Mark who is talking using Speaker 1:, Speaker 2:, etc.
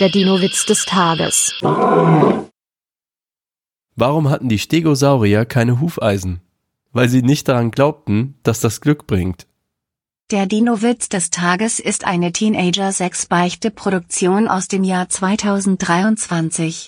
Speaker 1: Der Dino-Witz des Tages.
Speaker 2: Warum hatten die Stegosaurier keine Hufeisen? Weil sie nicht daran glaubten, dass das Glück bringt.
Speaker 3: Der Dino-Witz des Tages ist eine Teenager-6-Beichte-Produktion aus dem Jahr 2023.